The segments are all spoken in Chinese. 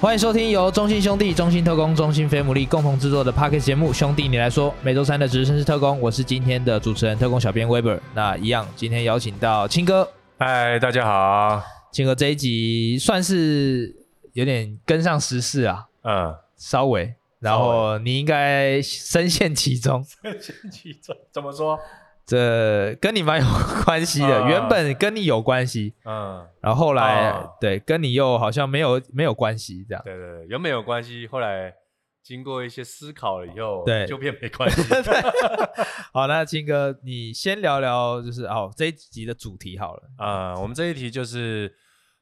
欢迎收听由中信兄弟、中信特工、中信飞姆利共同制作的 p a r k e t 节目《兄弟你来说》，每周三的值日生是特工，我是今天的主持人特工小编 Weber。那一样，今天邀请到青哥，嗨，大家好。青哥这一集算是有点跟上时事啊，嗯，稍微。然后你应该深陷其中， 先去怎怎么说？这跟你蛮有关系的。啊原本跟你有关系，嗯，然后后来、啊对跟你又好像没有没有关系这样。对对对，原本有关系，后来经过一些思考了以后，对就变没关 系。好，那青哥，你先聊聊就是哦这一集的主题好了。啊、我们这一题就是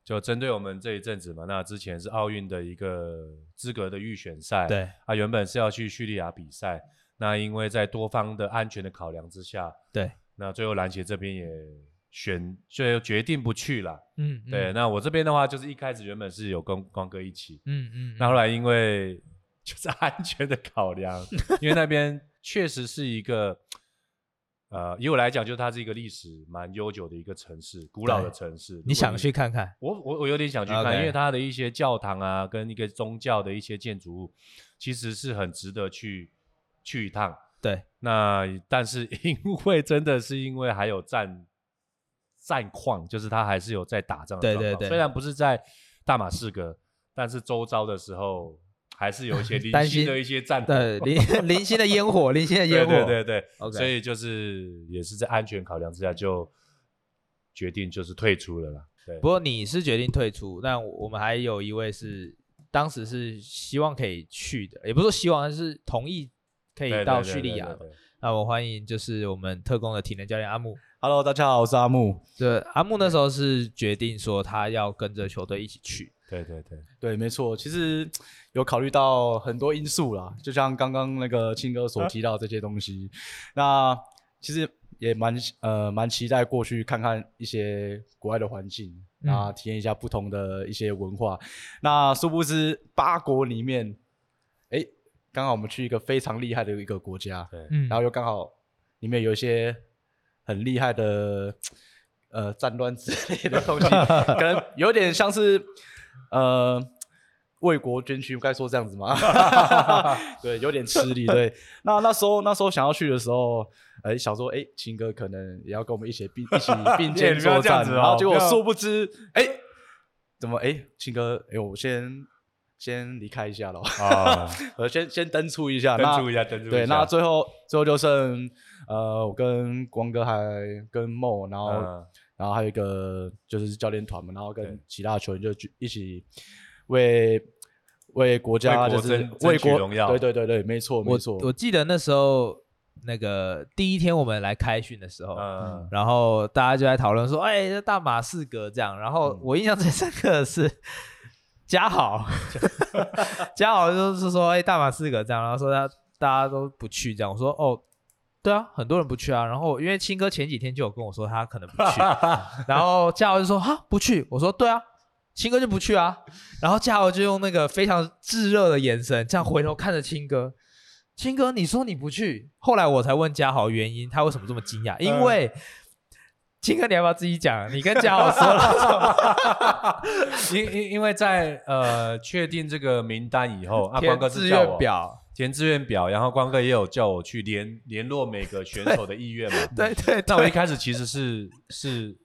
就针对我们这一阵子嘛，那之前是奥运的一个资格的预选赛，，对，啊，原本是要去叙利亚比赛，那因为在多方的安全的考量之下，对，那最后篮协这边也选，最后决定不去了。嗯，嗯对，，那我这边的话就是一开始原本是有跟光哥一起，嗯嗯，那后来因为就是安全的考量，因为 那边确实是一个，呃，以我来讲，就是它是一个历史蛮悠久的一个城市，古老的对城市。如你果想去？看看？我我我有点想去看 OK 因为它的一些教堂啊，跟一个宗教的一些建筑物，其实是很值得去去一趟。对，那但是 因为真的是因为还有战战况，就是他还是有在打仗的对状况，对对虽然不是在大马士革，但是周遭的时候还是有一些 担零心星的一些战火，对，零 零星的烟火，零星的烟对火，对对对 OK 所以就是也是在安全考量之下就决定就是退出了啦。对，不过你是决定退出，但我我们还有一位是当时是希望可以去的，也不是说希望，是同意可对以对到叙对对利亚对的。对那我欢迎就是我们特工的体能教练阿木。 Hello，大家好，我是阿木。对，阿木那时候是决定说他要跟着球队一起去。对对对，对，没错，其实有考虑到很多因素啦，就像刚刚那个庆哥所提到这些东西，那其实也蛮呃蛮期待过去看看一些国外的环境，嗯那体验一下不同的一些文化。那殊不知八国里面，哎，刚好我们去一个非常厉害的一个国家，对嗯然后又刚好里面有一些很厉害的呃战乱之类 的东西，可能有点像是呃为国捐躯，该说这样子吗？ 对，有点吃力。对， 那那时候那时候想要去的时候。哎，想说，哎，秦哥可能也要跟我们一起并一 起并肩你不要作这样战，子哦然后结不果要殊不知，哎，怎么，哎，秦哥，哎，我先先离开一下咯， 啊，我先先登出一下，登那出一下，登出一下。对，那最后最后就剩呃，我跟光哥还跟梦，然后、嗯然后还有一个就是教练团嘛，然后跟对其他球员就去一起为为国家为国就是争为争取国荣耀对对对对，没错没我错，我记得那时候那个第一天我们来开训的时候，嗯，然后大家就在讨论说，哎、这大马士革这样。然后嗯我印象最深刻的是嘉豪，嘉豪就是说，哎、大马士革这样，然后说他大家都不去这样。我说，哦，对啊，很多人不去啊。然后因为青哥前几天就有跟我说他可能不去，然后嘉豪就说，哈，不去。我说，对啊。青哥就不去啊，然后嘉豪就用那个非常炙热的眼神，这样回头看着青哥，青哥，你说你不去，后来我才问嘉豪原因，他为什么这么惊讶？因为、青哥，你要不要自己讲？你跟嘉豪说 了什么？因因因为在呃确定这个名单以后，啊，光填哥志是叫愿我表，填志愿表，然后光哥也有叫我去联联络每个选手的意愿嘛。 对对嗯那我一对开始其实是是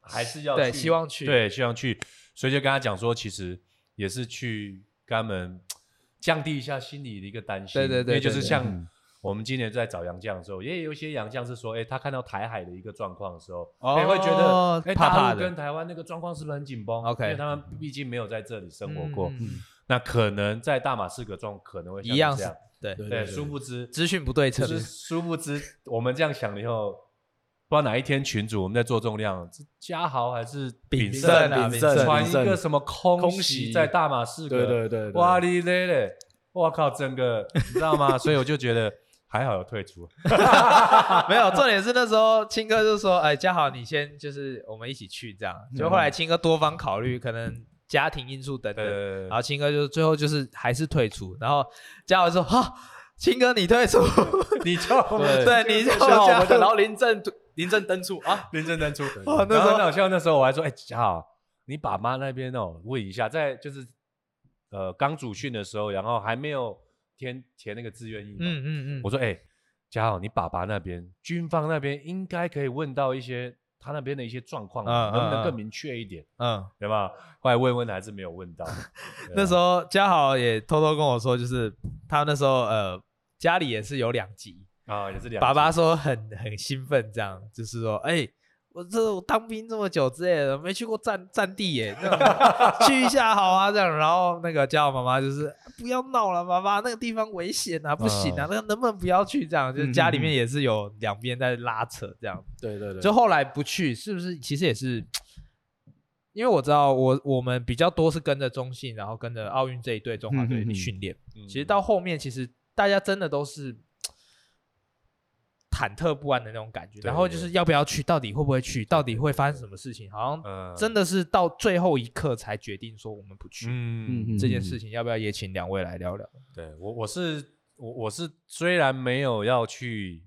还是要对，去希望去，对希望去，所以就跟他讲说，其实也是去跟他们降低一下心里的一个担心。对对对因为就是对对像我们今年在找杨绛的时候，也有一些杨绛是说，哎，他看到台海的一个状况的时候，哦哎，会觉得哎，怕怕大陆的跟台湾那个状况是不是很紧绷 OK 因为他们毕竟没有在这里生嗯，活过，嗯那可能在大马士革状可能会像一样这样是。对，对对，殊不知资讯不对就称， 是殊不知，我们这样想了以后，不知道哪一天群主我们在做重量，是嘉豪还是秉胜胜啊啊，秉秉胜胜，传一个什么空空袭袭在大马士革，对对对对哇哩嘞嘞，我靠，整个你知道吗？所以我就觉得还好有退出，没有，重点是那时候青哥就说，哎，嘉豪，你先就是我们一起去这样。嗯就后来青哥多方考虑，可能家庭因素等等，呃然，后青哥就最后就是还是退出，然后嘉豪说哈，青哥 你退出，你叫我们 对对，你就幸好我加们的，然入。后林正林正登出啊，认真登出。哦那时然候后很好笑，那时候我还说，哎，嘉豪，你爸妈那边哦问一下，在就是呃刚主训的时候，然后还没有填填那个志愿意嘛，嗯嗯嗯，我说哎，嘉、豪，你爸爸那边军方那边应该可以问到一些他那边的一些状况吧，嗯能不嗯能更嗯明确一点，嗯，，对吧？后来问问还是没有问到那时候候嘉豪也偷偷跟我说，就是他那时候呃家里也是有两级，啊也是两爸集爸说很很兴奋，这样就是说，哎、我这我当兵这么久之类的，没去过战战地 耶，那种去一下好啊这样。然后那个叫我妈妈就是不要闹了，妈妈那个地方危险啊，不行嗯啊，那个能不能不要去这样？就是家里面也是有两边在拉扯这样。对对对，就后来不去，是不是其实也是？因为我知道我我们比较多是跟着中信，然后跟着奥运这一队中华队嗯嗯嗯训练。嗯其实到后面，其实大家真的都是忐忑不安的那种感觉，对然后就对是要不要去，到底会不会去，到底会发生什么事情，好嗯像呃真的是到最后一刻才决定说我们不去嗯嗯这件事情，要不要也请两位来聊聊？对我，我是我我是虽然没有要去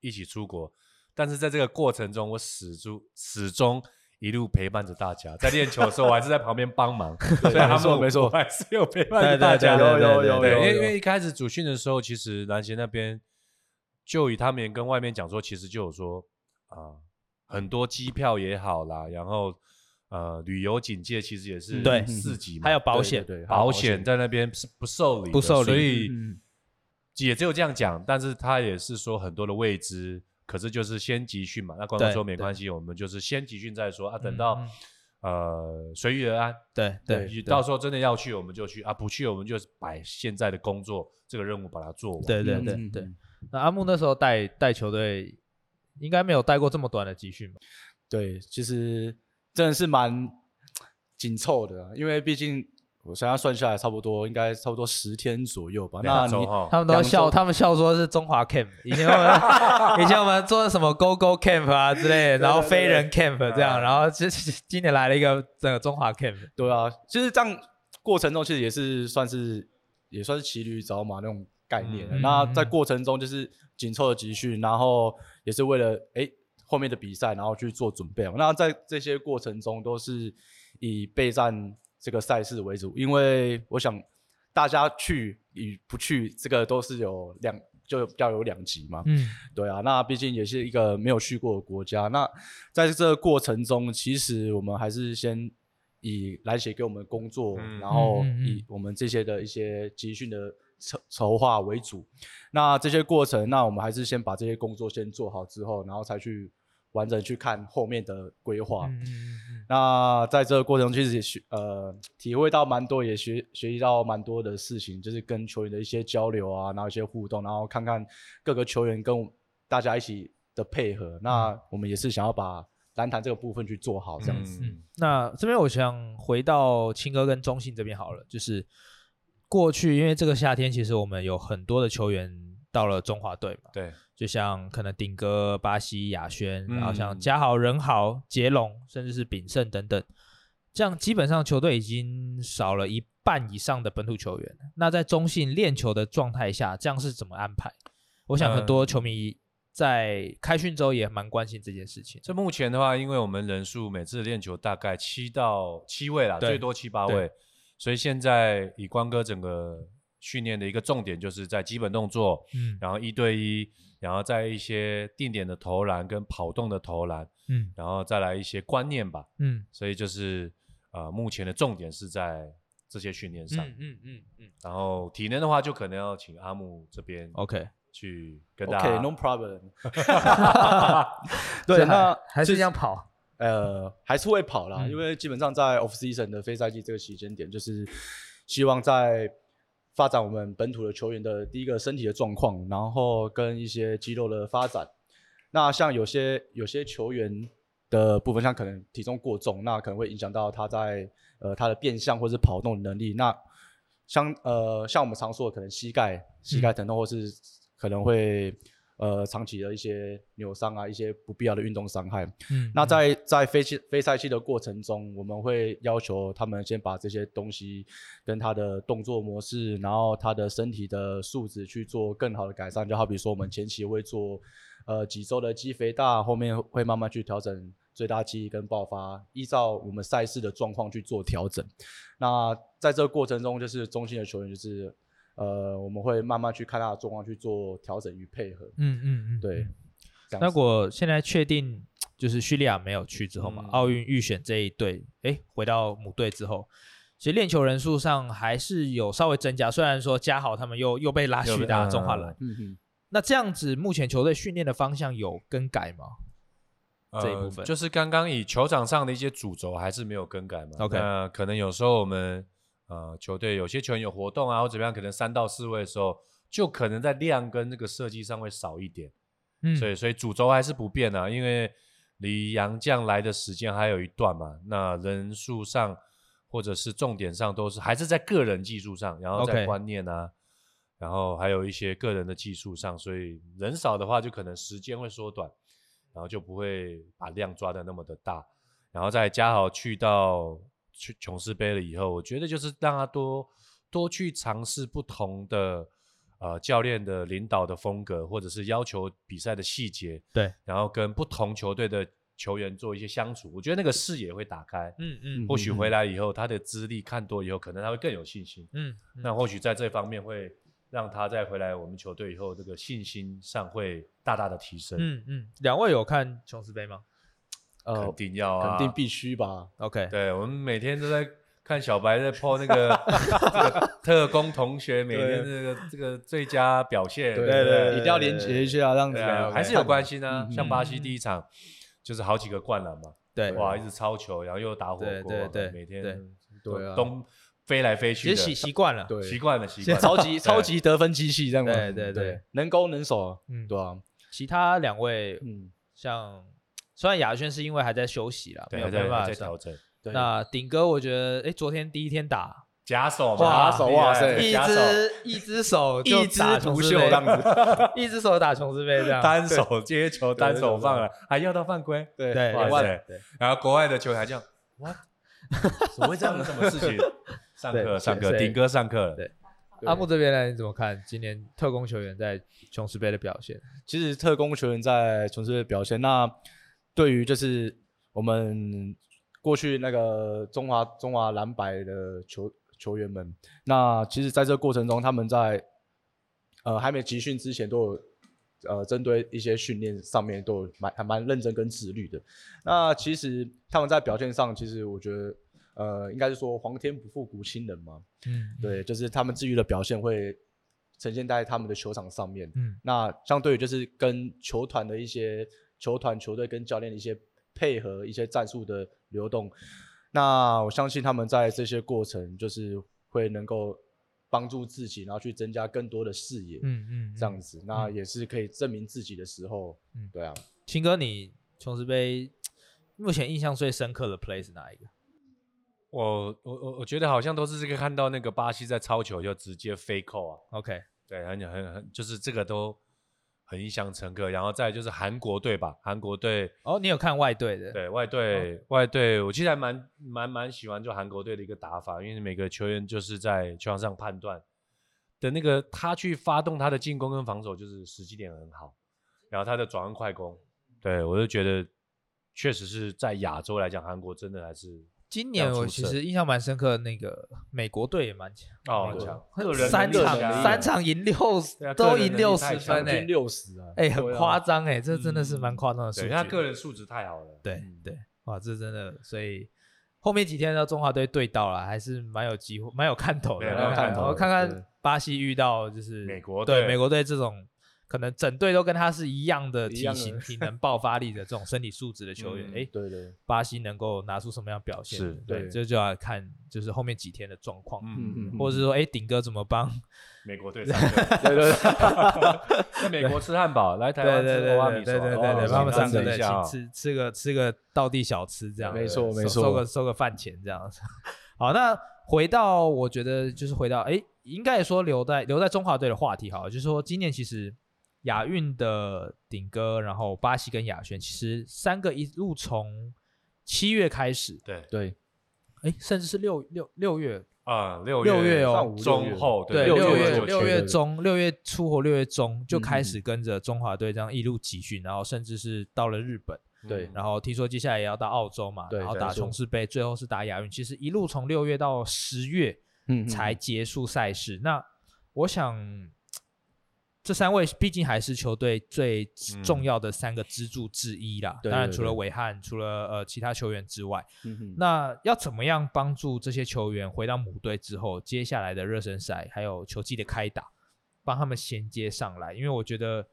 一起出国，但是在这个过程中，我始终始终一路陪伴着大家。在练球的时候，我还是在旁边帮忙，所以对他没们错没错我还是有陪伴着对对大家。对对对对，因为有因为一开始主训的时候，其实南协那边就以他们也跟外面讲说，其实就有说啊、很多机票也好啦，然后呃旅游警戒其实也是对四级嘛，还有保险，对对保险在那边是不受理的，不受理所以嗯也只有这样讲。但是他也是说很多的未知，可是就是先集训嘛。那官方对说没关系，我们就是先集训再说啊，等嗯到嗯呃随遇而安，对对你到时候真的要去我们就去啊，不去我们就把现在的工作这个任务把它做完。对对对嗯嗯对嗯。那阿木那时候带带球队，应该没有带过这么短的集训吧？对，其实真的是蛮紧凑的啊，因为毕竟我现在算下来差不多应该差不多十天左右吧。那两你周哈，他们都两笑，周他们笑说是中华 camp。以前我们以前我们做什么 Go Go camp 啊之类的，然后对对飞人 camp 啊这样，嗯然后这这今年来了一个整个中华 camp。对啊，其实这样过程中其实也是算是也算是骑驴找马那种概念啊。嗯那在过程中就是紧凑的集训，然后也是为了哎后面的比赛，然后去做准备嘛。那在这些过程中都是以备战这个赛事为主，因为我想大家去与不去，这个都是有两就要有两级嘛。嗯，对啊，那毕竟也是一个没有去过的国家。那在这个过程中，其实我们还是先以篮协给我们的工作，嗯然后嗯嗯嗯以我们这些的一些集训的筹筹划为主。那这些过程，那我们还是先把这些工作先做好之后，然后才去完整去看后面的规划。嗯嗯嗯那在这个过程中，其实也学呃体会到蛮多，也学学习到蛮多的事情，就是跟球员的一些交流啊，然后一些互动，然后看看各个球员跟我大家一起的配合。那我们也是想要把篮坛这个部分去做好，这样子。嗯嗯那这边我想回到青哥跟中信这边好了，就是过去因为这个夏天其实我们有很多的球员到了中华队嘛，对，就像可能顶哥、巴西、亚轩，嗯然后像嘉豪、仁豪、杰龙，甚至是炳胜等等，这样基本上球队已经少了一半以上的本土球员。那在中信练球的状态下，这样是怎么安排？我想很多球迷在开训之后也蛮关心这件事情。这目前的话，因为我们人数每次练球大概七到七位啦，对最多七八对位，所以现在以光哥整个训练的一个重点就是在基本动作，嗯然后一对一，然后在一些定点的投篮跟跑动的投篮，嗯然后再来一些观念吧。嗯所以就是呃，目前的重点是在这些训练上，嗯嗯嗯嗯然后体能的话，就可能要请阿木这边，OK，去跟大家 OK，no、problem。所 对，以那还啊 是这样跑。呃，还是会跑啦，嗯因为基本上在 off season 的非赛季这个时间点，就是希望在发展我们本土的球员的第一个身体的状况，然后跟一些肌肉的呃发展。那像有些有些球员的部分，像可能体重过重，那可能会影响到他在呃他的变向或是跑动能力。那像呃像我们常说的，可能膝盖膝盖疼痛，或是可能会呃长期的一些扭伤啊，一些不必要的运动伤害。嗯那在在非期非赛期的过程中，我们会要求他们先把这些东西跟他的动作模式，然后他的身体的素质去做更好的改善。就好比说，我们前期会做呃几周的肌肥大，后面会慢慢去调整最大记忆跟爆发，依照我们赛事的状况去做调整。那在这个过程中，就是中心的球员就是呃，我们会慢慢去看他的状况去做调整与配合。嗯嗯嗯，对。这样那子我现在确定就是叙利亚没有去之后嘛，嗯奥运预选这一队，哎，回到母队之后，其实练球人数上还是有稍微增加，虽然说嘉豪他们又又被拉又去被打嗯中华嗯蓝，嗯哼，那这样子目前球队训练的方向有更改吗？这一部呃分就是刚刚以球场上的一些主轴还是没有更改嘛。 OK 那可能有时候我们呃球队有些球员有活动啊或怎么样，可能三到四位的时候，就可能在量跟这个设计上会少一点，嗯，所以所以主轴还是不变啊，因为离杨将来的时间还有一段嘛，那人数上或者是重点上都是还是在个人技术上，然后 OK 在观念啊。然后还有一些个人的技术上，所以人少的话，就可能时间会缩短，然后就不会把量抓的那么的大。然后再加好去到去琼斯杯了以后，我觉得就是让他多多去尝试不同的呃教练的领导的风格，或者是要求比赛的细节，对，然后跟不同球队的球员做一些相处，我觉得那个视野会打开。嗯嗯嗯或许回来以后，他的资历看多以后，可能他会更有信心。嗯，嗯那或许在这方面会让他再回来我们球队以后，这个信心上会大大的提升。，嗯嗯，两位有看琼斯杯吗肯呃，定要啊，肯定必须吧。 ？OK，对，我们每天都在看小白在 PO 那个这个特工同学每天这个这个最佳表现，对不对一定要连接一下，让对啊，还是有关系呢。嗯像巴西第一场就是好几个灌篮嘛，对，哇，一直抄球，然后又打火锅，对对对每天对都对啊东飞来飞去其的，实习习惯了，对啊习惯了习现惯了，在 超级超级得分机器这样嘛，对对对，能攻能守啊，嗯，对啊，其他两位嗯，像虽然亚轩是因为还在休息啦，没对，有还没有在办还法在上调。整。对那顶哥，我觉得，哎，昨天第一天打，假手哇嘛，假手厉害哇塞对一假手只一只手就一枝打琼独斯秀杯这样，子， 一只手打琼斯杯这样，单手接球，单手放对了，还要到犯规。 对对哇哇塞塞，对然后国外的球员还这样，what？怎么会这样？什么事情？上对课上课，对顶哥上课了对。对阿木这边呢，你怎么看今年特工球员在琼斯杯的表嗯现？其实特工球员在琼斯杯的表现，那对于就是我们过去那个中华中华蓝白的球球员们，那其实在这个过程中，他们在呃还没集训之前都有。呃，针对一些训练上面都有蛮还蛮认真跟自律的。那其实他们在表现上，其实我觉得，呃，应该是说皇天不负苦心人嘛。嗯，对，就是他们自愈的表现会呈现在他们的球场上面。嗯，那相对于就是跟球团的一些球团、球队跟教练的一些配合、一些战术的流动，那我相信他们在这些过程就是会能够帮助自己，然后去增加更多的视野，嗯嗯，这样子，那也是可以证明自己的时候。嗯对啊，青哥，你琼斯杯目前印象最深刻的 play 是哪一个？我我我我觉得好像都是这个看到那个巴西在抄球就直接飞扣啊， OK，对，很很很，就是这个都很印象深刻。然后再就是韩国队吧，韩国队哦，你有看外队的？，对外队、外队，我其实还蛮蛮蛮喜欢就韩国队的一个打法，因为每个球员就是在球场上判断的那个他去发动他的进攻跟防守，就是时机点很好，然后他的转换快攻，对我就觉得确实是在亚洲来讲，韩国真的还是今年要出我其色实印象蛮深刻的那个美国队也蛮强，哦蛮对强个人能力三个场人能力三场赢六啊对啊都个赢人能力六太十强分欸场诶均，六十啊，哎，很对啊夸张哎，这真的是蛮夸张的数对据。他个人素质太好了，对嗯对，哇，这真的，所以后面几天到中华队对到了，还是蛮有机会，蛮有看头的。对蛮有蛮有看看头头我的看对看巴西遇到就是美国对队美国队这种可能整队都跟他是一样的一体样的型、体能、爆发力的这种身体素质的球员，嗯哎、对对，巴西能够拿出什么样的表现？是对，对这就要看就是后面几天的状况。嗯，嗯或者是说，哎，顶哥怎么帮？美 国队上课，对对对，在美国吃汉堡，来台对湾对吃对欧巴对米对索，对哦对对，请帮他们他上个吃队，一下请吃哦吃个吃个道地小吃这样。没错没收收个错，收个饭钱这样子。好，那回到我觉得就是回到哎，应该也说留在留在中华队的话题好了，就是说今年其实亚运的顶哥，然后巴西跟亚轩，其实三个一路从七月开始，对对哎，甚至是六六六月，啊，六六月哦上五六中月后对，六六月月左右六月对中，六月初或六月中就嗯开嗯始跟着中华队这样一路集训，然后甚至是到了日本。对嗯然后听说接下来也要到澳洲嘛，对然后对打没错琼斯杯，最后是打亚运。其实一路从六月到十月嗯 才结束赛事。那我想，这三位毕竟还是球队最嗯重要的三个支柱之一啦。对当然，对除了对韦翰，除了呃其他球员之外，那那要怎么样帮助这些球员回到母队之后，接下来的热身赛还有球季的开打，帮他们衔接上来？因为我觉得，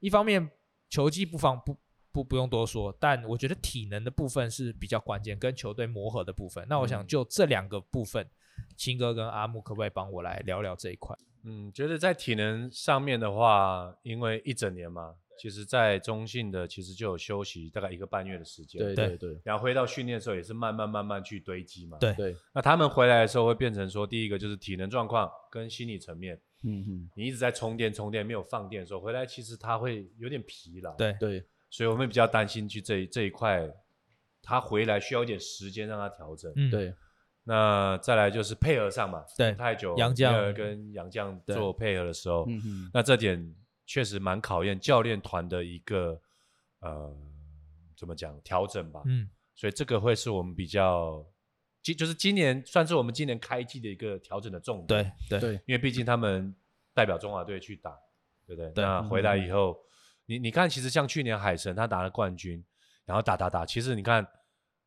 一方面球技不妨不不不用多说，但我觉得体能的部分是比较关键，跟球队磨合的部分。那我想嗯就这两个部分，青哥跟阿木可不可以帮我来聊聊这一块？嗯，觉得在体能上面的话，因为一整年嘛，其实，在中信的其实就有休息大概一个半月的时间，对对对然后回到训练的时候也是慢慢慢慢去堆积嘛。对对，嗯那他们回来的时候会变成说，第一个就是体能状况跟心理层面，嗯嗯你一直在充电充电没有放电的时候，回来其实他会有点疲劳。，对，对，所以我们比较担心去这一这一块，他回来需要一点时间让他调整。嗯，对，那再来就是配合上嘛，对太久杨绛跟杨绛对做配合的时候，嗯嗯那这点确实蛮考验教练团的一个呃怎么讲调整吧。嗯，所以这个会是我们比较今就是今年算是我们今年开季的一个调整的重点。对对对，嗯因为毕竟他们代表中华队去打，对不对？对那嗯回来以后，你你看，其实像去年海神他拿了冠军，然后打打打，其实你看，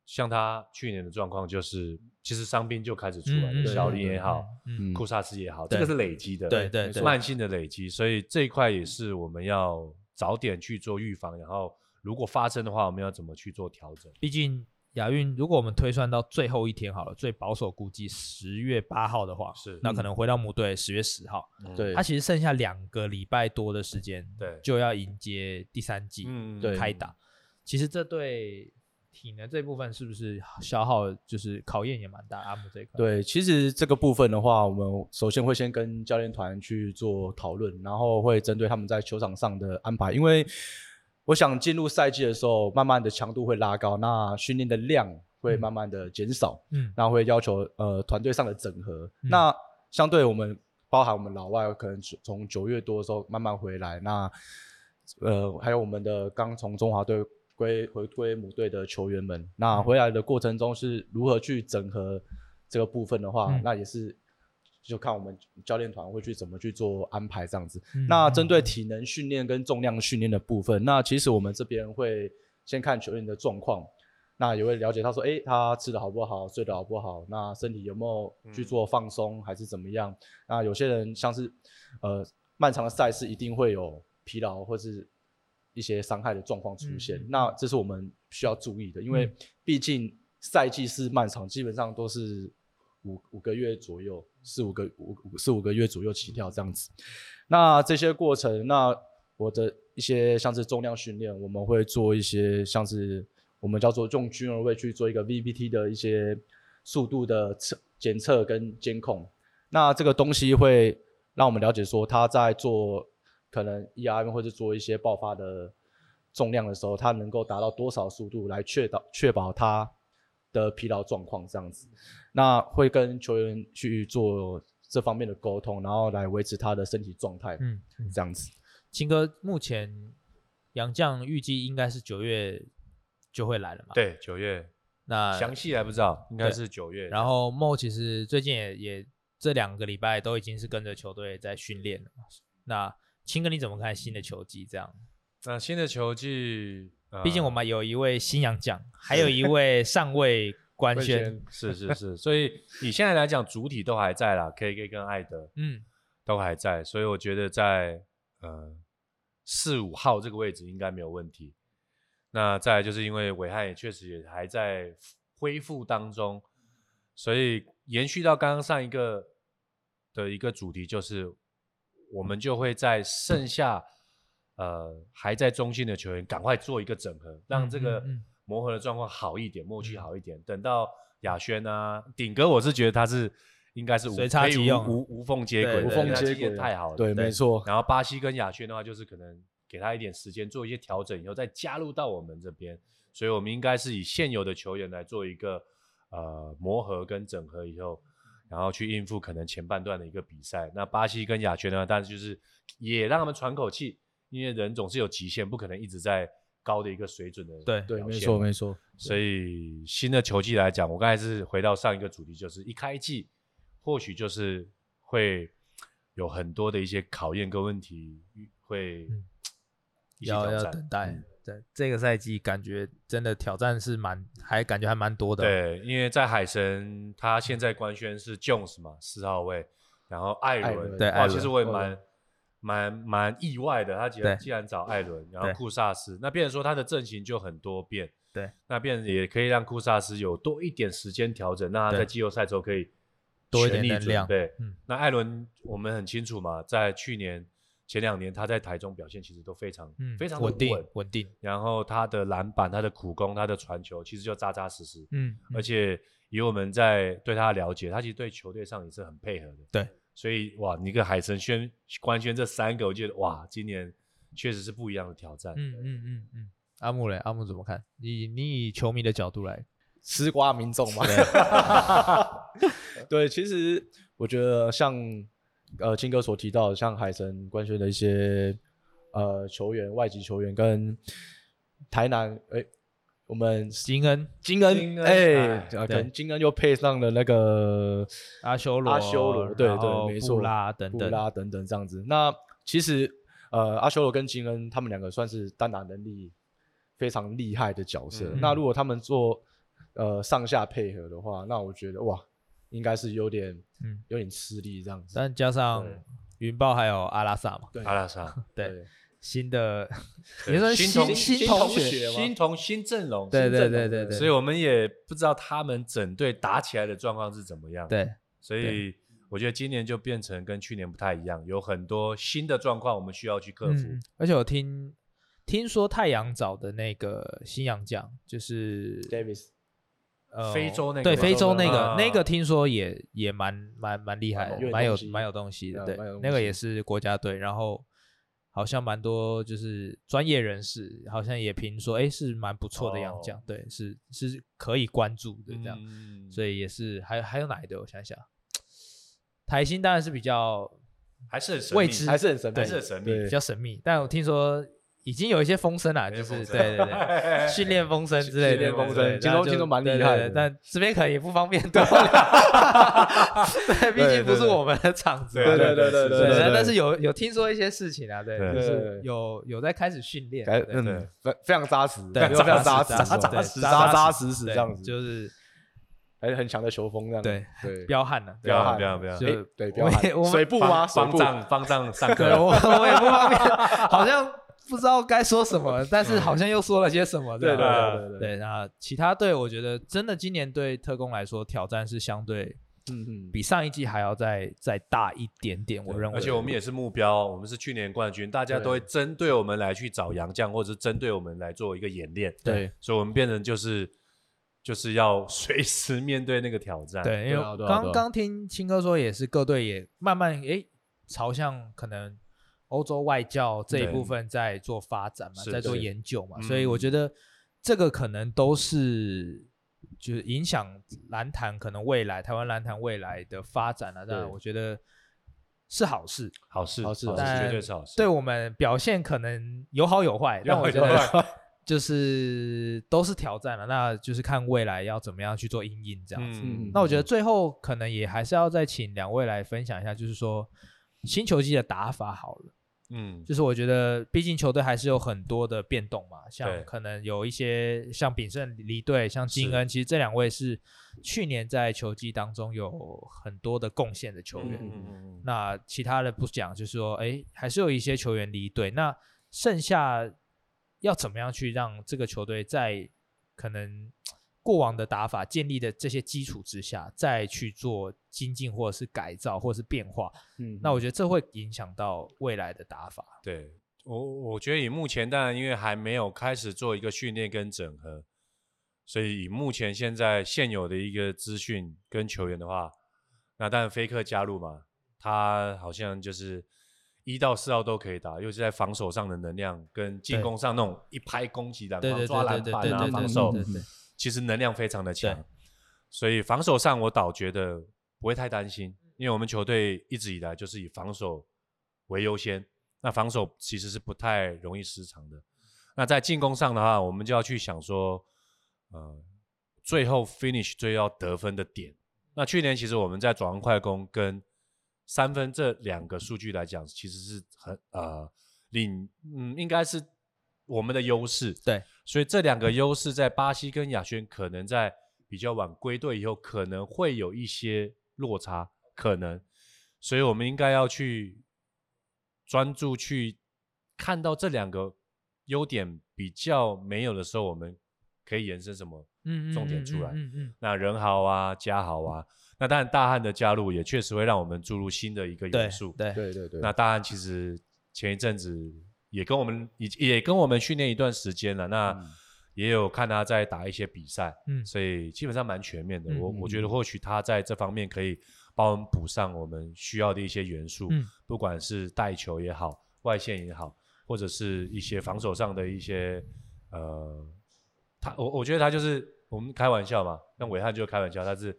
像他去年的状况就是，其实伤病就开始出来嗯了，嗯小对林对也好，嗯，库嗯萨斯也好，对这个是累积的，对对对没错，慢性的累积，所以这一块也是我们要早点去做预防，然后如果发生的话，我们要怎么去做调整？毕竟亚运，如果我们推算到最后一天好了，最保守估计十月八号的话，是那可能回到母队十月十号，嗯对它其实剩下两个礼拜多的时间，对就要迎接第三季嗯对开打。其实这对体能这部分是不是消耗就是考验也蛮大？阿姆这一块，对，其实这个部分的话，我们首先会先跟教练团去做讨论，然后会针对他们在球场上的安排，因为我想进入赛季的时候，慢慢的强度会拉高，那训练的量会慢慢的减少，嗯，那会要求呃团队上的整合。嗯那相对我们包含我们老外，可能从从九月多的时候慢慢回来，那呃还有我们的刚从中华队归回归母队的球员们，嗯那回来的过程中是如何去整合这个部分的话，嗯那也是就看我们教练团会去怎么去做安排这样子。嗯那针对体能训练跟重量训练的部分，那其实我们这边会先看球员的状况，那也会了解他说，诶，他吃的好不好，睡的好不好，那身体有没有嗯去做放松，还是怎么样？那有些人像是呃漫长的赛事一定会有疲劳或是一些伤害的状况出现，嗯嗯那这是我们需要注意的，因为嗯毕竟赛季是漫长，基本上都是五五个月左右，四五个五五四五个月左右起跳这样子。那这些过程，那我的一些像是重量训练，我们会做一些像是我们叫做用均而位去做一个 VPT 的一些速度的测检测跟监控。那这个东西会让我们了解说他在做可能 ERM 或者做一些爆发的重量的时候，他能够达到多少速度来确保确保他的疲劳状况这样子。那会跟球员去做这方面的沟通，然后来维持他的身体状态，嗯，嗯这样子。青哥目前杨绛预计应该是九月就会来了嘛？，对，九月那详细还不知道，应该是九月。呃然后梦其实最近也也这两个礼拜都已经是跟着球队在训练了嘛。那青哥你怎么看新的球季？这样，那新的球季，呃毕竟我们有一位新洋将，还有一位尚未官宣。是是 是，所以以现在来讲，主体都还在啦，K K 跟艾德嗯，都还在，所以我觉得在呃四五号这个位置应该没有问题。那再来就是因为伟汉也确实也还在恢复当中，所以延续到刚刚上一个的一个主题，就是我们就会在剩下呃还在中性的球员赶快做一个整合，让这个嗯嗯磨合的状况好一点，默契嗯好一点。等到亚轩啊、顶哥，我是觉得他是应该是无随插可以即无用啊无无缝接轨对的，无对缝因为他接经验轨太好了。对，没错，然后巴西跟亚轩的话，就是可能给他一点时间做一些调整，以后再加入到我们这边。所以我们应该是以现有的球员来做一个呃磨合跟整合以后，然后去应付可能前半段的一个比赛。那巴西跟亚轩呢，但是就是也让他们喘口气，因为人总是有极限，不可能一直在高的一个水准的对对，表没现错没错，所以新的球季来讲，我刚才是回到上一个主题，就是一开季或许就是会有很多的一些考验跟问题会嗯一起要挑要战。嗯等待。对，这个赛季感觉真的挑战是蛮，还感觉还蛮多的。，对，因为在海神，他现在官宣是 Jones 嘛，四号位，然后艾艾伦，伦对哇艾伦其实我也艾蛮伦蛮蛮意外的，他既然对既然找艾伦，然后对库萨斯，那变成说他的阵型就很多变，对，那变也可以让库萨斯有多一点时间调整，那他在对季后赛之后可以多一点全力能准量备嗯那艾伦我们很清楚嘛，在去年前两年他在台中表现其实都非常、嗯，非常地稳定稳，稳定。然后他的篮板、他的苦攻、他的传球，其实就扎扎实实。嗯，嗯而且以我们在对他的了解，他其实对球队上也是很配合的。对，所以哇，你跟海神宣官宣这三个，我觉得哇，今年确实是不一样的挑战。嗯嗯嗯嗯，阿木嘞，阿木怎么看？你你以球迷的角度来，吃瓜民众嘛。 对，其实我觉得像呃金哥所提到的，像海神官宣的一些呃球员，外籍球员跟台南哎、我们金恩、金恩金恩哎、哎啊可对能金恩又配上了那个阿修罗、阿修罗，对然后对，没错，布拉等布等，拉等等这样子。那其实呃，阿修罗跟金恩他们两个算是单打能力非常厉害的角色。嗯那如果他们做呃上下配合的话，那我觉得哇，应该是有点嗯，有点吃力这样子。但加上对云豹还有阿拉萨嘛，对阿拉萨， 对，新的也对算啊新新同新同同学学、吗新同新阵容，对新对阵对容对对，所以我们也不知道他们整队打起来的状况是怎么样。，对所以我觉得今年就变成跟去年不太一样，有很多新的状况我们需要去克服。嗯，而且我听听说太阳找的那个新洋将就是，Davis 呃非洲那个对吗非洲那啊个那个听说也也蛮蛮蛮厉害蛮的，有蛮有东西蛮有东西的，啊对蛮有，东那个西也是国家队，然后好像蛮多就是专业人士，好像也评说，哎，是蛮不错的洋将哦，对，是是可以关注的这样，嗯所以也是还还有哪一队？我想想，台新当然是比较还是很神嗯秘未知，还是很神秘，还是很神秘对比较神秘，但我听说已经有一些风声啦，有就些是风声对对 对，训练风声之类的，训练风声对对对听说那就听说蛮厉害的对对对但这边可能也不方便多聊， 对，毕竟不是我们的场子嘛，对对对对对对但但是有有听说一些事情啊，对，对就是有有在开始训练，啊哎对嗯对，非非常扎实，对，没有非常扎扎实，扎扎扎实，扎扎扎实实实对这样子，就是还是很强的球风这样子。对对，彪悍了，不要彪喊悍不要不要，就哎对，我彪也悍我们水布吗？水方布丈方丈 上啊对，课，我我也不方便， 好像不知道该说什么，但是好像又说了些什么，对对这样对啊对对，对，那其他队我觉得真的今年对特工来说挑战是相对嗯嗯，比上一季还要再再大一点点，我认为。而且我们也是目标，我们是去年冠军，大家对都会针对我们来去找洋将，或者是针对我们来做一个演练，对所以我们变成就是就是要随时面对那个挑战。，对，因对啊为对啊对刚啊刚听青哥说，也是各队也慢慢诶朝向可能欧洲外教这一对部分在做发展嘛，是在做是研究嘛，嗯所以我觉得这个可能都是就是影响篮坛可能未来台湾篮坛未来的发展啊，当然对我觉得是好事。好事好事好事但绝对是好事。对我们表现可能有好有坏，有但好我觉有 得就是都是挑战了，那就是看未来要怎么样去做阴影这样子。嗯，那我觉得最后可能也还是要再请两位来分享一下，就是说新球季的打法好了，嗯就是我觉得毕竟球队还是有很多的变动嘛，像对可能有一些像炳胜离队，像金是恩，其实这两位是去年在球季当中有很多的贡献的球员。嗯嗯嗯那其他的不讲，就是说，哎，还是有一些球员离队，那剩下要怎么样去让这个球队在可能过往的打法建立的这些基础之下，再去做精进或者是改造或者是变化？嗯，那我觉得这会影响到未来的打法。对我，我觉得以目前，当然因为还没有开始做一个训练跟整合，所以以目前现在现有的一个资讯跟球员的话，那当然菲克加入嘛，他好像就是一到四号都可以打，尤其在防守上的能量跟进对攻上那种一拍攻击篮对筐、对抓对篮对对对板啊、对防对守对，对，其实能量非常的强对，所以防守上我倒觉得不会太担心，因为我们球队一直以来就是以防守为优先，那防守其实是不太容易失常的。那在进攻上的话，我们就要去想说，呃，最后 finish 最要得分的点。那去年其实我们在转换快攻跟三分这两个数据来讲，其实是很呃领嗯应该是我们的优势。对，所以这两个优势在巴西跟亚轩可能在比较晚归队以后，可能会有一些落差，可能，所以我们应该要去专注去看到这两个优点比较没有的时候，我们可以延伸什么嗯重点出来嗯嗯那人豪啊、嘉豪啊，那当然大汉的加入也确实会让我们注入新的一个嗯，对元素。对，对对对，那大汉其实前一阵子也跟我们也也跟我们训练一段时间了，那嗯也有看他在打一些比赛，嗯所以基本上蛮全面的。嗯我嗯我觉得或许他在这方面可以帮我们补上我们需要的一些元素，嗯不管是带球也好，外线也好，或者是一些防守上的一些呃，他我我觉得他就是我们开玩笑嘛，那伟汉就开玩笑，他 是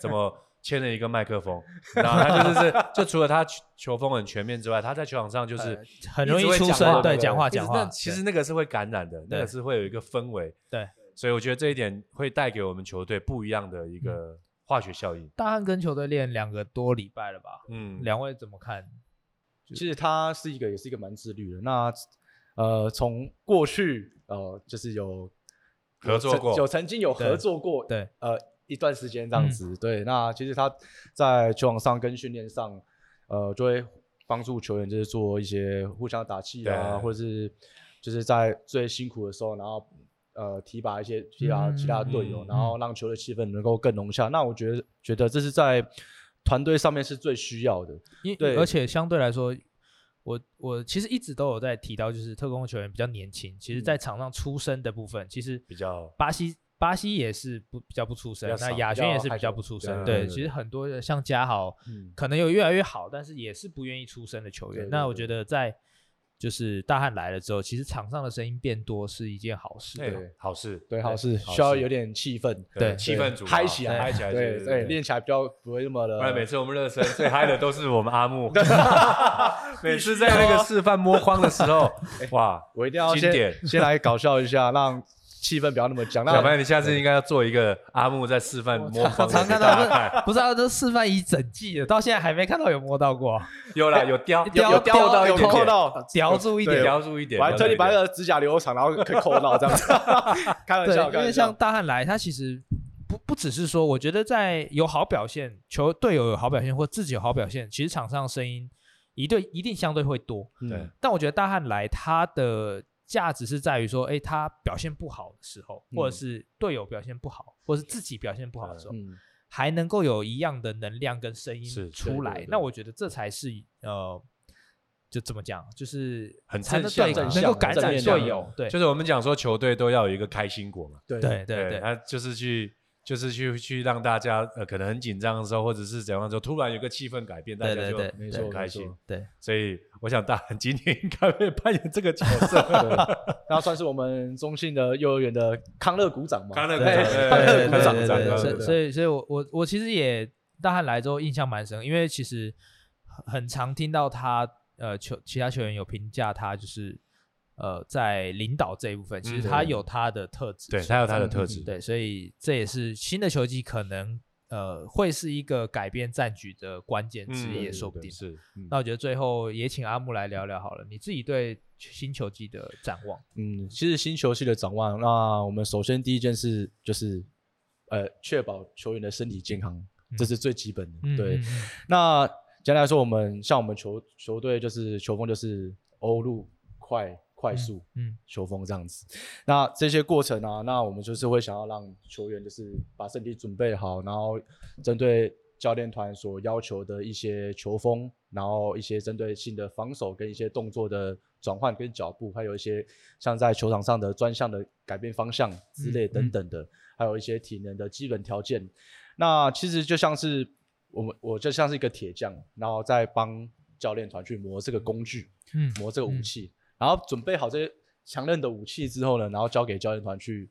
怎么签了一个麦克风，然后他就是是就除了他球球风很全面之外，他在球场 上就是。很容易一直会出讲声，话对，对讲话一直讲话嗯那，其实那个是会感染的，那个对是会有一个氛围。对，所以我觉得这一点会带给我们球队不一样的一嗯个化学效应。大汉跟球队练两个多礼拜了吧？嗯，两位怎么看？其实他是一个也是一个蛮自律的。那呃，从过去呃，就是有合作过有曾有曾经有合作过，对对呃，一段时间这嗯样子。对，那其实他在球场上跟训练上，呃，就会帮助球员就是做一些互相打气啊，对或者是就是在最辛苦的时候，然后。呃，提拔一些其他嗯其他队友，嗯然后让球队气氛能够更融洽。那我觉得觉得这是在团队上面是最需要的。因对而且相对来说，我我其实一直都有在提到，就是特工球员比较年轻，其实在场上出声的部分，其实比较巴西巴西也是不比较不出声比，较那少亚比轩也较是害比较羞不出对声。对对，对其实很多的像嘉豪，嗯，可能有越来越好，但是也是不愿意出声的球员。对对那我对觉得在就是大汉来了之后，其实场上的声音变多是一件好事。哎对好事，对，好是好需要事有点气氛，对气氛组啊嗨起来，嗨起来，对对，对。练起来比较不会那么的。不然每次我们热身最嗨的都是我们阿 木，每次在那个示范摸框的时候，哦哇，我一定要经典先先来搞笑一下，让气氛不要那么僵。小 那白，你下次应该要做一个阿木在示范摸我框的常给看大到家看，不，不知道都示范一整季了，到现在还没看到有摸到过，啊有啦，有雕雕有雕雕到一有点点，扣到，叼住一对点。雕住一点，我还雕特住地一点把那个指甲留长，然后可以扣到这样子。开玩对，笑，因开玩为像笑。大汉来，他其实不不只是说，我觉得在有好表现、球队友有好表现或自己有好表现，其实场上声音一对一定相对会多。对嗯，但我觉得大汉来他的价值是在于说，哎，他表现不好的时候，嗯或者是队友表现不好，或者是自己表现不好的时候，嗯，还能够有一样的能量跟声是音对出对来对，那我觉得这才是呃。就怎么讲，就是很才能正向对正能向够的感正染面的队友，对，就是我们讲说球队都要有一个开心果嘛，对对对对，他就是去就是去去让大家呃可能很紧张的时候，或者是怎样的时候，突然有个气氛改变，大家对对就对没就错，很开没心错。。对，所以我想大汉今天应该会扮演这个角 色。对，那算是我们中信的幼儿园的康乐鼓掌嘛？康乐鼓对掌对对康对乐对鼓掌，对掌对，对所对以对所以所以我我我其实也大汉来之后印象蛮深，因为其实很很常听到他呃球其他球员有评价他就是呃在领导这一部分，其实嗯他对有他的特质，嗯对他有他的特质，对，所以这也是新的球季可能呃会是一个改变战局的关键之嗯一，也对说对不定。啊是。嗯那我觉得最后也请阿木来聊聊好了，你自己对新球季的展望。嗯，其实新球系的展望，那我们首先第一件事就是，呃，确保球员的身体健康，这是最基本的。嗯对，嗯嗯那简单来说，我们像我们球球队就是球风就是欧陆快快速、嗯，球风这样子。那这些过程啊，那我们就是会想要让球员就是把身体准备好，然后针对教练团所要求的一些球风，然后一些针对性的防守跟一些动作的转换跟脚步，还有一些像在球场上的专项的改变方向之类嗯等等的，还有一些体能的基本条件。那其实就像是我们，我就像是一个铁匠，然后再帮教练团去磨这个工具。嗯磨这个武器，然后准备好这些强韧的武器之后呢，然后交给教练团去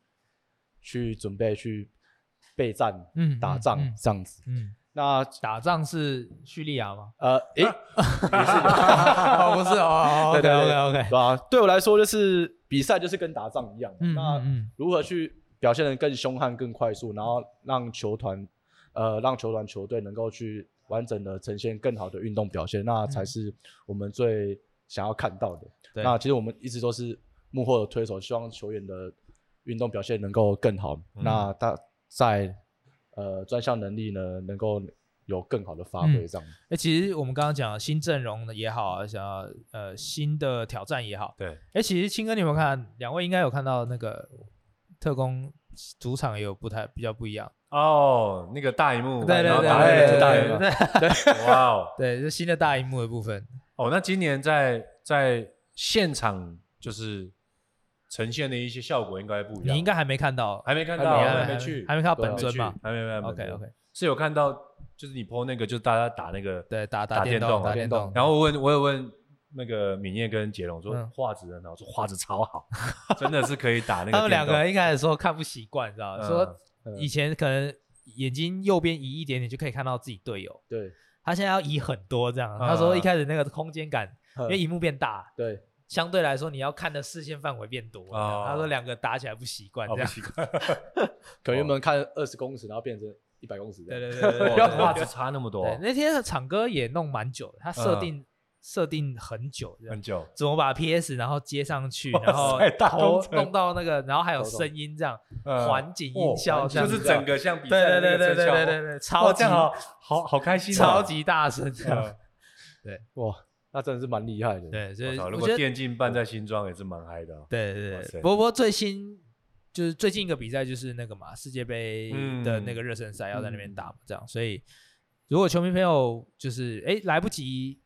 去准备去备战、嗯打仗、嗯嗯这样子。嗯，那 打仗是叙利亚吗？呃，诶，哦，不是哦，对对 OK 对 OK，对吧、对我来说，就是比赛就是跟打仗一样嘛，嗯那嗯如何去表现得更凶悍、更快速，然后让球团，呃，让球团球队能够去完整的呈现更好的运动表现，那才是我们最想要看到的。嗯对那其实我们一直都是幕后的推手，希望球员的运动表现能够更好。嗯那他在呃专项能力呢，能够有更好的发挥，嗯这样。哎、其实我们刚刚讲新阵容也好啊，想要呃新的挑战也好，对，哎、其实青哥你有没有看？两位应该有看到那个特工主场也有不太比较不一样，哦，那个大荧幕，对对然后对打那对个大大荧荧幕幕，对哇哦， 对，就新的大荧幕的部分，哦，那今年在在现场就是呈现的一些效果应该不一你样，应该还没看到，还没看还到，你没还还没还去，还没看到对本还没尊嘛还没还没？OK OK，是有看到，就是你 PO 那个，就是大家打那个，对，打打电电动打打电电动动，然后我问，我有问那个敏燕跟杰龙说嗯画质很好，说画质 超好，真的是可以打那个。他们两个人一开始说看不习惯，你知道吗？嗯说嗯以前可能眼睛右边移一点点就可以看到自己队友，对，他现在要移很多这样。他说嗯一开始那个空间感，因为嗯荧幕变大，对，相对来说你要看的视线范围变多。这样哦他说两个打起来不习惯哦这不样。习惯，可能原本看二十公尺，然后变成一百公尺这 对样。对对 对对哇对画质差那么多嗯对，，那天的场歌也弄蛮久的，他设定设定很久这样很。久。怎么把 PS 然后接上去，哇然后塞大工头程弄到那个，然后还有头动声音这样，嗯环境音效哦这样就子，啊是整个像比赛对的对那对对个成对效，对对，哇超这级样好好好开心哦，超级大声这样。嗯。哇，那真的是蛮厉害的。对，所我以操如我果觉得电竞办在新庄也是蛮嗨的哦。对对哇对，塞不过最新就是最近一个比赛就是那个嘛世界杯的嗯那个热身赛要在那边打嘛，这样，所以如果球迷朋友就是哎来不及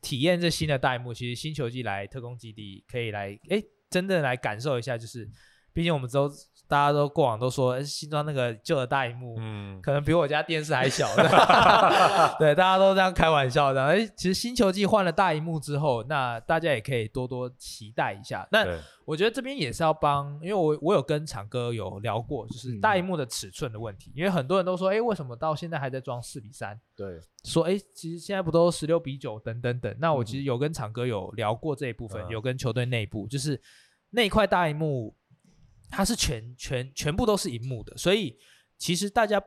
体验这新的代幕，其实新球季来特工基地可以来哎真的来感受一下，就是毕竟我们都大家都过往都说诶新庄那个旧的大荧幕，嗯，可能比我家电视还小。 对，大家都这样开玩笑的。哎，其实新球季换了大荧幕之后，那大家也可以多多期待一下。那对，我觉得这边也是要帮，因为我我有跟厂哥有聊过，就是嗯大荧幕的尺寸的问题，因为很多人都说，哎，为什么到现在还在装四比三？对，说，哎，其实现在不都十六比九等等等。那我其嗯实有跟厂哥有聊过这一部分，嗯有跟球队内部，就是那一块大荧幕，它是全全全部都是荧幕的，所以其实大家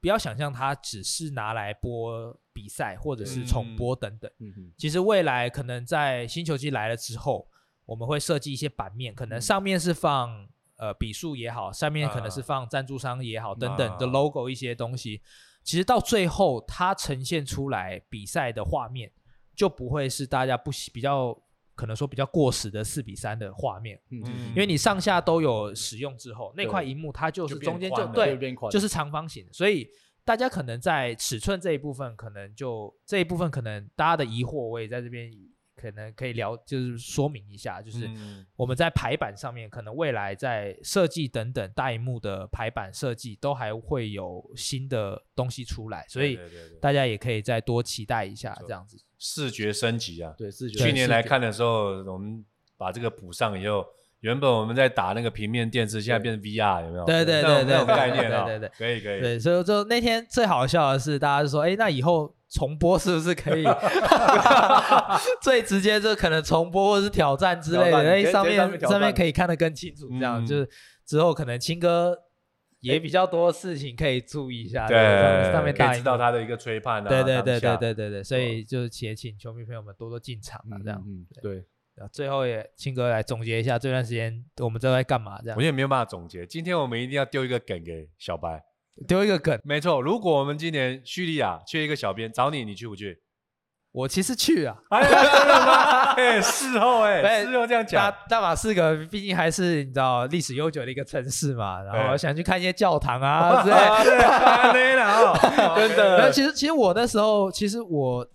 不要想象它只是拿来播比赛或者是重播等等。嗯哼，其实未来可能在新球季来了之后，我们会设计一些版面，可嗯能上面是放、呃笔数也好，上面可能是放赞助商也好、等等的啊 logo 一些东西。其实到最后，它呈现出来比赛的画面就不会是大家不喜比较可能说比较过时的四比三的画面，嗯嗯哼，因为你上下都有使用之后，那块对荧幕它就是就变中间就宽了对就变宽，就是长方形的，所以大家可能在尺寸这一部分，可能就这一部分可能大家的疑惑，我也在这边可能可以聊，就是说明一下，就是嗯我们在排版上面，可能未来在设计等等大荧幕的排版设计都还会有新的东西出来，所以对对对对大家也可以再多期待一下错这样子。视觉升级啊，对视觉去对年视来觉看的时候，我们把这个补上以后，原本我们在打那个平面电视，现在变成 VR，有没有？对对这种对对这种对概念啊，对对对可以可以。对，所以就那天最好笑的是，大家就说：“哎，那以后重播是不是 可以最直接？就可能重播或是挑战之类的，挑战哎，直接上直接上面面挑上面战可以看得更清楚。这样、嗯就是之后可能青哥也比较多事情可以注意一下，上面对，上面可大以荧知道幕。他的一个吹判啊，对对对对当下对对对，所以就是也请球迷朋友们多多进场啊，这样。嗯，对，最后也青哥来总结一下这段时间我们都在干嘛，这样我也没有办法总结。今天我们一定要丢一个梗给小白。丢一个梗。没错，如果我们今年叙利亚缺一个小编，找你，你去不去？我其实去啊，哎，真的吗？哎，事 后哎，哎事后这样大讲，大马士革毕竟还是你知道历史悠久的一个城市嘛，然后对想去看一些教堂 啊之类。对，安内哎了 哦，真那的其实其实我那时候其实我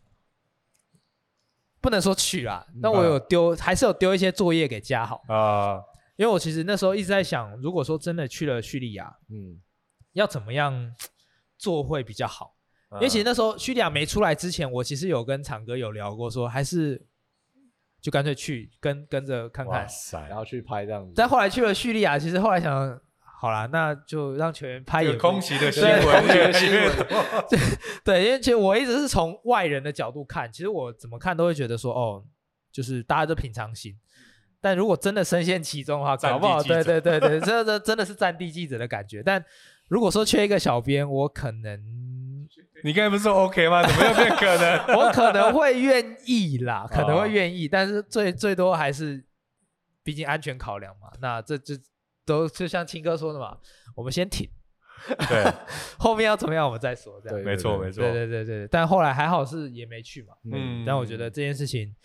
不能说去啦，但嗯我有丢还是有丢一些作业给嘉豪， 啊，因为我其实那时候一直在想，如果说真的去了叙利亚，嗯，要怎么样做会比较好？因为其实那时候叙利亚没出来之前，我其实有跟厂哥有聊过说还是就干脆去跟跟着看看哇。塞，然后去拍这样子，但后来去了叙利亚，其实后来想，好啦，那就让球员拍有啊也空袭的新对闻，空袭的越新越闻多对，因为其实我一直是从外人的角度看，其实我怎么看都会觉得说，哦，就是大家都平常心。但如果真的深陷其中的话，战搞地不好记者对对对 对，这这真的是战地记者的感觉。但如果说缺一个小编，我可 能 你刚才不是说 OK 吗？怎么又变可 能？我可能会愿意哦啦，可能会愿意，但是最最多还是，毕竟安全考量嘛。那这这都就像青哥说的嘛，我们先挺，对，后面要怎么样我们再说，这样。对 没错没错，对对对对，但后来还好是也没去嘛。嗯，但我觉得这件事情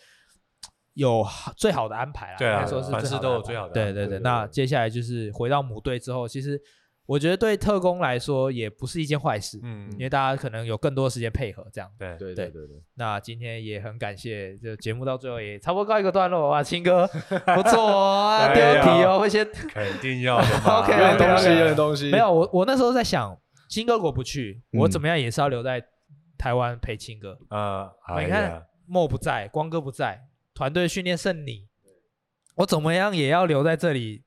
有好最好的安排啦，对啊应该说是凡事好的都有安排最好的对安对排对，对那对对接下来就是回到母队之后，其实我觉得对特工来说也不是一件坏事，嗯因为大家可能有更多时间配合这样。对对对对对，那今天也很感谢，就节目到最后也差不多告一个段落啊，青哥不错 哦，对丢啊题哦，会先肯定要的嘛。啊 OK，OK，OK 有点东西，对有点东西，没有我我那时候在想，青哥如果不去，嗯我怎么样也是要留在台湾陪青哥。啊，哎你呀看，莫不在，光哥不在，团队训练剩你，我怎么样也要留在这里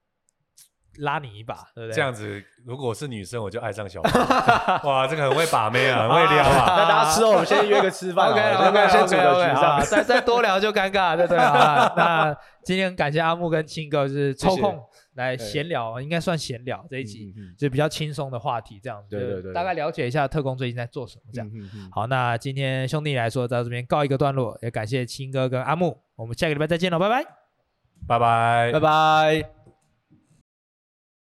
拉你一把，对不对？这样子，如果我是女生，我就爱上小白。 哇，这个很会把妹啊，很会撩啊 啊。那大家吃后，我们先约个吃饭好啊 OK 了。 OK 对 OK，先组个啊局这样好，再 再多聊就尴尬， 对对啊。那今天感谢阿木跟青哥，就是抽谢谢空来对闲聊，应该算闲聊这一集，嗯就比较轻松的话题，这样对对就对对大概了解一下特工最近在做什么这样。嗯嗯好，那今天兄弟来说到这边告一个段落，也感谢青哥跟阿木，我们下个礼拜再见了，拜拜。拜拜拜。拜。